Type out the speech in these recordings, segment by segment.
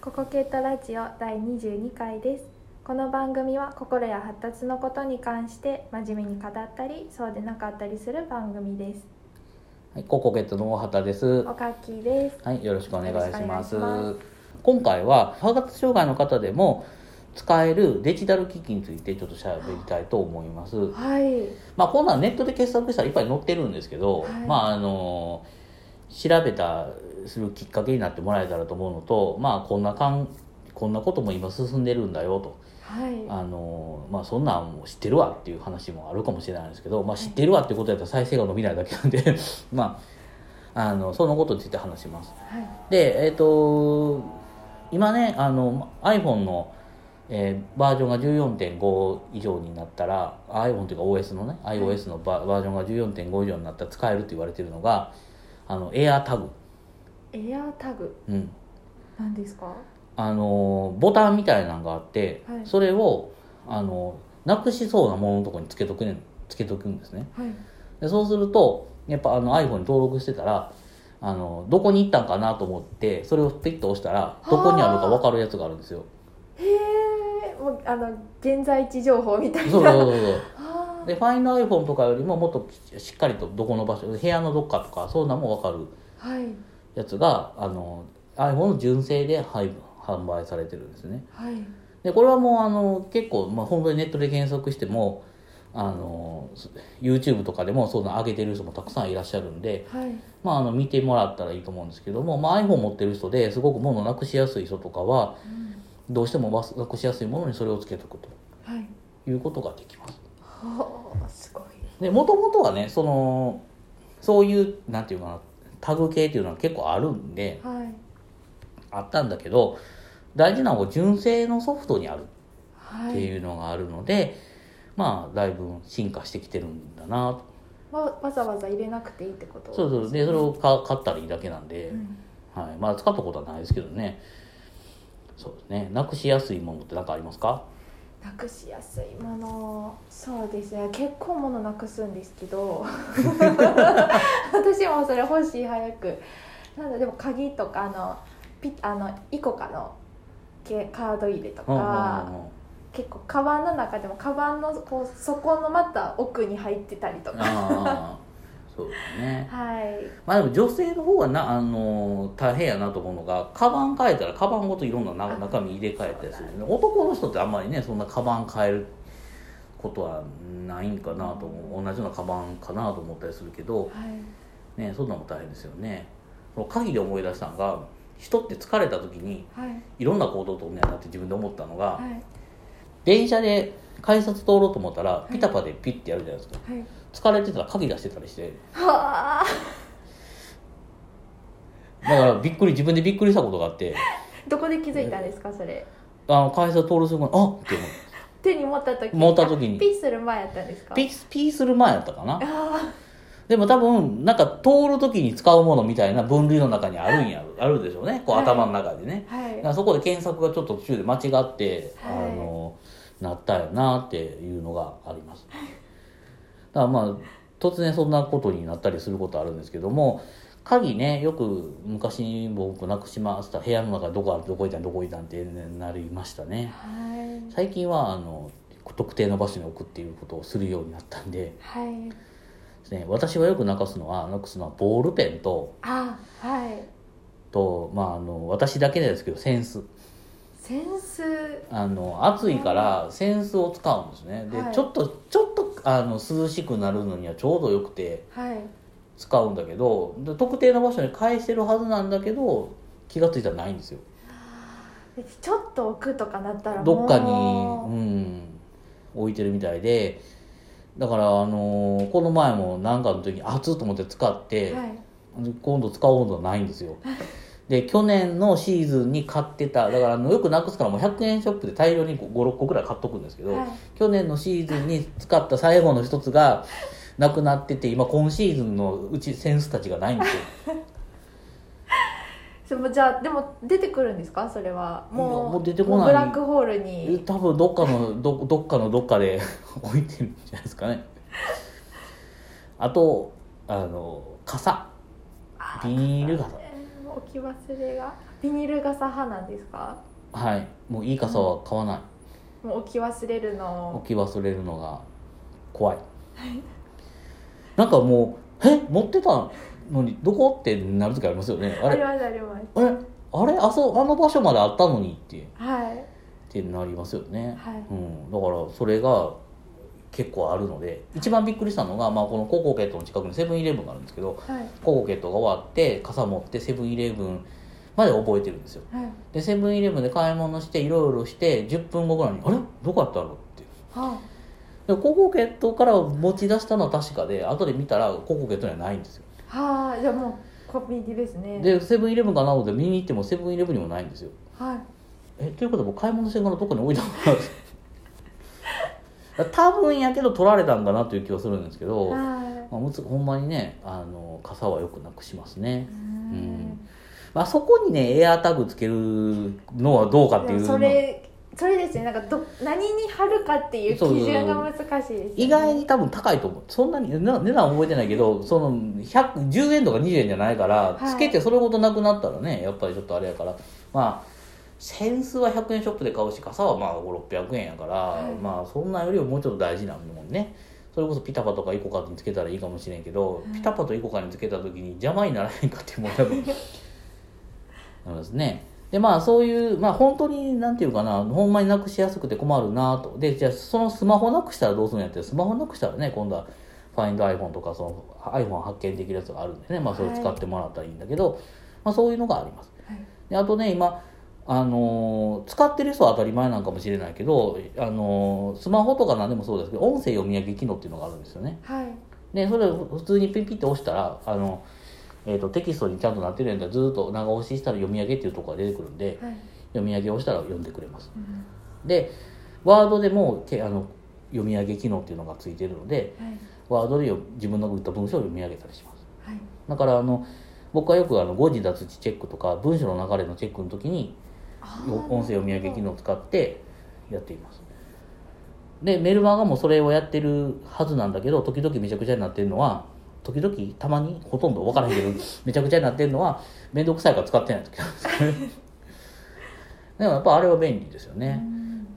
ココケットラジオ第22回ですこの番組は心や発達のことに関して真面目に語ったりそうでなかったりする番組ですはい、ココケットの大畑です。おかきですはい、よろしくお願いします。よろしくお願いし今回は発達障害の方でも使えるデジタル機器についてちょっと喋りたいと思います。はいまあこんなんネットで検索したらいっぱい載ってるんですけど、はいまああの調べたするきっかけになってもらえたらと思うのと、まあこんなかんこんなことも今進んでるんだよと。はいあのまあ、そんなんもう知ってるわっていう話もあるかもしれないんですけど、まあ、知ってるわってことやったら再生が伸びないだけなんで まああのそのことについて話しますはいでえっ、と今ねあの iPhone の、えーバージョンが14.5以上になったら iPhone というか OS のね iOS のババージョンが14.5以上になったら使えるって言われてるのがあの AirTag、エアタグうん、なんですかあのボタンみたいなのがあって、はいそれをあのなくしそうなもののとこにつけとくねつけとくんですねはいでそうするとやっぱあの iPhone に登録してたらあのどこに行ったんかなと思ってそれをピッと押したらどこにあるか分かるやつがあるんですよへえもうあの現在地情報みたいそなうそうそうそうあ で FindIPhone とかよりももっとしっかりとどこの場所部屋のどっかとかそういうのも分かるーはいやつがあの iPhone の純正で配分販売されてるんですねはいでこれはもうあの結構、まあ、本当にネットで検索してもあのす YouTube とかでもそういうの上げてる人もたくさんいらっしゃるんで、はいまあ、あの見てもらったらいいと思うんですけども、まあ、iPhone 持ってる人ですごく物なくしやすい人とかはどうしても忘なくしやすいものにそれをつけとくとはいいうことができます。はあすごいで元々はねそのそういうなんていうかなタグ系っていうのは結構あるんではいあったんだけど大事なのは純正のソフトにあるはっていうのがあるので、まあだいぶ進化してきてるんだなとわわざわざ入れなくていいってことそうそうでそれをか買ったらいいだけなんで、うんはい、まあ使ったことはないですけどねそうですねなくしやすいものって何かありますかなくしやすいものそうですね結構ものなくすんですけ ど私もそれ欲しい早くなんだでも鍵とかあのピあのイコカのけカード入れとうんうんうんうんか、結構カバンの中でもカバンのこう底のまた奥に入ってたりとあかあそうですねはいまあでも女性の方がなあのー大変やなと思うのがカバン変えたらカバンごといろんなな中身入れ替えたりするね男の人ってあんまりねそんなカバン変えることはないんかなと思う同じようなカバンかなと思ったりするけど、はいね、そんなのも大変ですよねその鍵で思い出したのが人って疲れた時にはいいろんな行動をとるんやなって自分で思ったのが、はい電車で改札通ろうと思ったらピタパでピッてやるじゃないですかはい疲れてたら鍵出してたりしてはあだからびっくり自分でびっくりしたことがあってどこで気づいたんですかそれあの改札通る瞬間にあっって思う手に持った時持った時にあピッする前やったんですかピーピーする前やったかなあでも多分なんか通る時に使うものみたいな分類の中にあるんやあるでしょうねこうはい頭の中でね、あはだいからそこで検索がちょっと途中で間違って、はいあのなったよなっていうのがありますだからまあ突然そんなことになったりすることあるんですけども鍵ねよく昔僕なくしました部屋の中どこあるどこいたんどこいたんってなりましたねはい最近はあの特定の場所に置くっていうことをするようになったんではいですね、私はよくなくすのはなくすのはボールペンとあはいと、まあ、あの私だけですけどセンスセンスあの暑いからセンスを使うんですねで、はいちょっとちょっとあの涼しくなるのにはちょうどよくてはい使うんだけどで特定の場所に返してるはずなんだけど気が付いたらないんですよでちょっと置くとかなったらどっかに、うもん、置いてるみたいでだからあのこの前も何かの時に暑っと思って使っうて、はい今度使おうとないんですよで去年のシーズンに買ってただからあのよくなくすからもう100円ショップで大量に56個ぐらい買っとくんですけど、はい去年のシーズンに使った最後の一つがなくなってて今今シーズンのうちセンスたちがないんですよそれもじゃあでも出てくるんですかそれはもういやもう出てこないもうブラックホールに多分どっかのどどっかのどっかで 置いてるんじゃないですかねあとあの傘ビニール傘えーもう置き忘れがビニール傘派なんですかはいもういい傘は買わない、もう置き忘れるの置き忘れるのが怖いなんかもう「え持ってたのにどこ?」ってなる時ありますよねああれりますありますあれあれあそあの場所まであったのにってっはいてなりますよね、はいうん、だからそれが結構あるので一番びっくりしたのが、まあ、このココケットの近くにセブンイレブンがあるんですけどはいココケットが終わって傘持ってセブンイレブンまで覚えてるんですよはいでセブンイレブンで買い物していろいろして10分後ぐらいに「あれどこやったの?」ってはでココケットから持ち出したのは確かで後で見たらココケットにはないんですよあはあじゃあもうコピー機ですねでセブンイレブンかなので見に行ってもセブンイレブンにもないんですよはいえということはもう買い物してからどこに置いたのかなって 多分やけど取られたんかなという気はするんですけど、まはあ、むつほんまにねあの傘はよくなくしますねい、うんまあ、そこにねエアタグつけるのはどうかってでいうものそれそれですねなんかど何に貼るかっていう基準が難しいです、ね、意外に多分高いと思うそんなにな値段覚えてないけどその100 10円とか20円じゃないからはいつけてそれほどなくなったらねやっぱりちょっとあれやからまあセンスは100円ショップで買うし傘はまあ500600円やから、はいまあそんなんよりももうちょっと大事なもんねそれこそピタパとかイコカにつけたらいいかもしれんけど、いピタパとイコカにつけた時に邪魔にならへんかってもう多分なんですねでまあそういうまあ本当になんていうかなほんまになくしやすくて困るなとでじゃあそのスマホなくしたらどうするんやってスマホなくしたらね今度は FindIPhone とかその iPhone 発見できるやつがあるんでねまあそれ使ってもらったらいいんだけど、まあそういうのがありますはいであとね今あのー使ってる人は当たり前なんかもしれないけど、あのースマホとか何でもそうですけど音声読み上げ機能っていうのがあるんですよねはいでそれを普通にピッピッて押したらあの、えー、とテキストにちゃんとなってるんだずーっと長押ししたら読み上げっていうところが出てくるんではい、読み上げをしたら読んでくれますうんでワードでもけあの読み上げ機能っていうのがついてるのではいワードでよ自分の打った文章を読み上げたりしますはいだからあの僕はよくあの誤字脱字チェックとか文章の流れのチェックの時にあー音声読み上げ機能を使ってやっていますでメルマガもそれをやってるはずなんだけど時々めちゃくちゃになってるのは時々たまにほとんど分からへんけど めちゃくちゃになってるのは面倒くさいから使ってない時なんですけど でもやっぱあれは便利ですよね、うん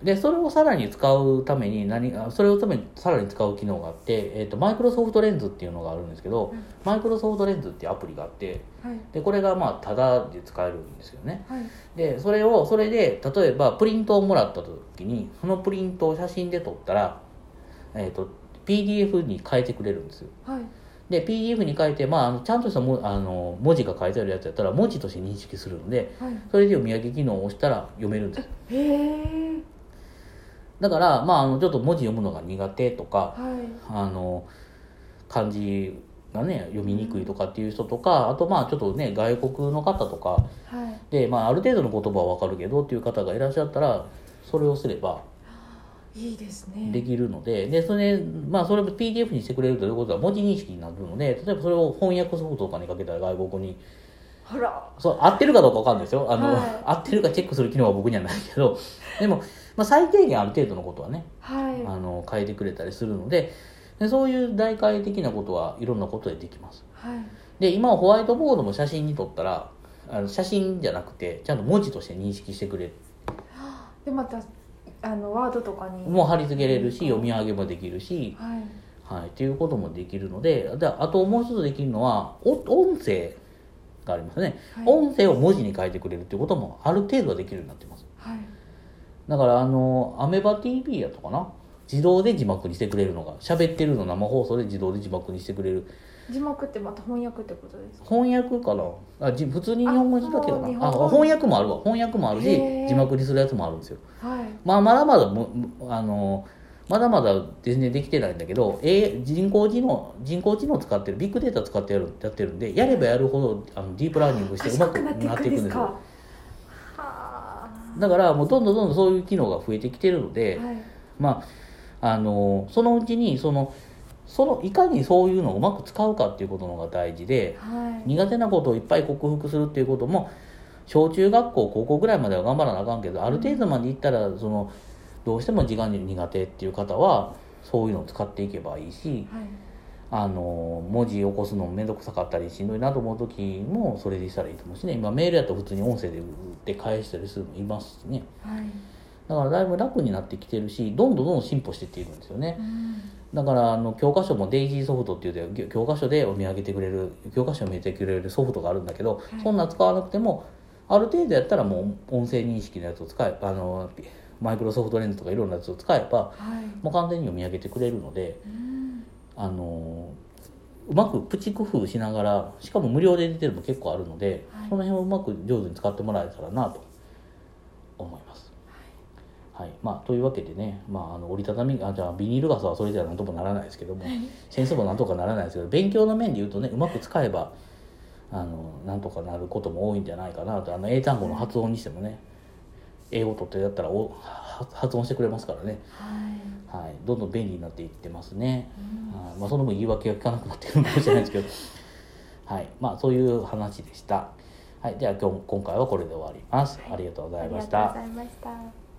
でそれをさらに使うために何あそれをためにさらに使う機能があって、えー、とマイクロソフトレンズっていうのがあるんですけど、うんマイクロソフトレンズっていうアプリがあってはいでこれがまあタダで使えるんですよねはいでそれをそれで例えばプリントをもらった時にそのプリントを写真で撮ったら、えー、と PDF に変えてくれるんですよはいで PDF に変えて、まああの、ちゃんとしたもあの文字が書いてあるやつやったら文字として認識するのではいそれで読み上げ機能を押したら読めるんですへえだから、まあ、あのちょっと文字読むのが苦手とかはいあの漢字がね読みにくいとかっていう人とかあとまあちょっとね外国の方とかはいで、まあ、ある程度の言葉はわかるけどっていう方がいらっしゃったらそれをすればいいですねできるのででそれ,、まあ、それも PDF にしてくれるということは文字認識になるので例えばそれを翻訳ソフトとかにかけたら外国にほらそう合ってるかどうかわかんないですよあの、はい合ってるかチェックする機能は僕にはないけどでも、まあ、最低限ある程度のことはねはいあの変えてくれたりするのででそういう大会的なことはいろんなことでできますはいで今はホワイトボードも写真に撮ったらあの写真じゃなくてちゃんと文字として認識してくれるでまたあのワードとかにもう貼り付けれるし読み上げもできるし、はいはい、っていうこともできるのでであともう一つできるのはお音声がありますね、はい音声を文字に変えてくれるっていうこともある程度はできるようになってますはいだからあのアメバ TV やったかな自動で字幕にしてくれるのが喋ってるの生放送で自動で字幕にしてくれる字幕ってまた翻訳ってことですか翻訳かなあじ普通に日本語字だけかあ日なあ本語翻訳もあるわ翻訳もあるしへー字幕にするやつもあるんですよ、はいまあ、まだまだももあのまだまだ全然できてないんだけど、A、人工知能人工知能を使ってるビッグデータ使ってやるやってるんでやればやるほどあのディープラーニングしてうま賢くくなっていなっくていんくでんすですかよはあだからもうどんどんどんどんそういう機能が増えてきてるので、はいまあ、あのそのうちにそのそのいかにそういうのをうまく使うかっていうことのが大事ではい苦手なことをいっぱい克服するっていうことも小中学校高校ぐらいまでは頑張らなあかんけどある程度までいったらそのどうしても時間に苦手っていう方はそういうのを使っていけばいいしはいあの文字起こすのも面倒くさかったりしんどいなと思う時もそれでしたらいいと思うしね今メールやと普通に音声で打って返したりするのもいますしねはいだからだいぶ楽になってきてるしどんどんどんどん進歩してっているんですよねうんだからあの教科書もデイジーソフトっていうて教科書で読み上げてくれる教科書を見てくれるソフトがあるんだけど、いそんな使わなくてもある程度やったらもう音声認識のやつを使えあのマイクロソフトレンズとかいろんなやつを使えばはいもう完全に読み上げてくれるのでうんあのうまくプチ工夫しながらしかも無料で出てるのも結構あるので、はいその辺をうまく上手に使ってもらえたらなと思います。はいまあ、というわけでね、まあ、あの折りたたみあじゃあビニール傘はそれじゃなんともならないですけども先生もなんとかならないですけど勉強の面で言うとねうまく使えばあのなんとかなることも多いんじゃないかなとあの英単語の発音にしてもね英語とってやったらおは発音してくれますからね、はいはい、どんどん便利になっていってますね。うんはいまあ、その分言い訳が聞かなくなってくるかもしれないですけど、はいまあ、そういう話でした。はい、では今日今回はこれで終わります。ありがとうござあいりまがしとうたござ。いました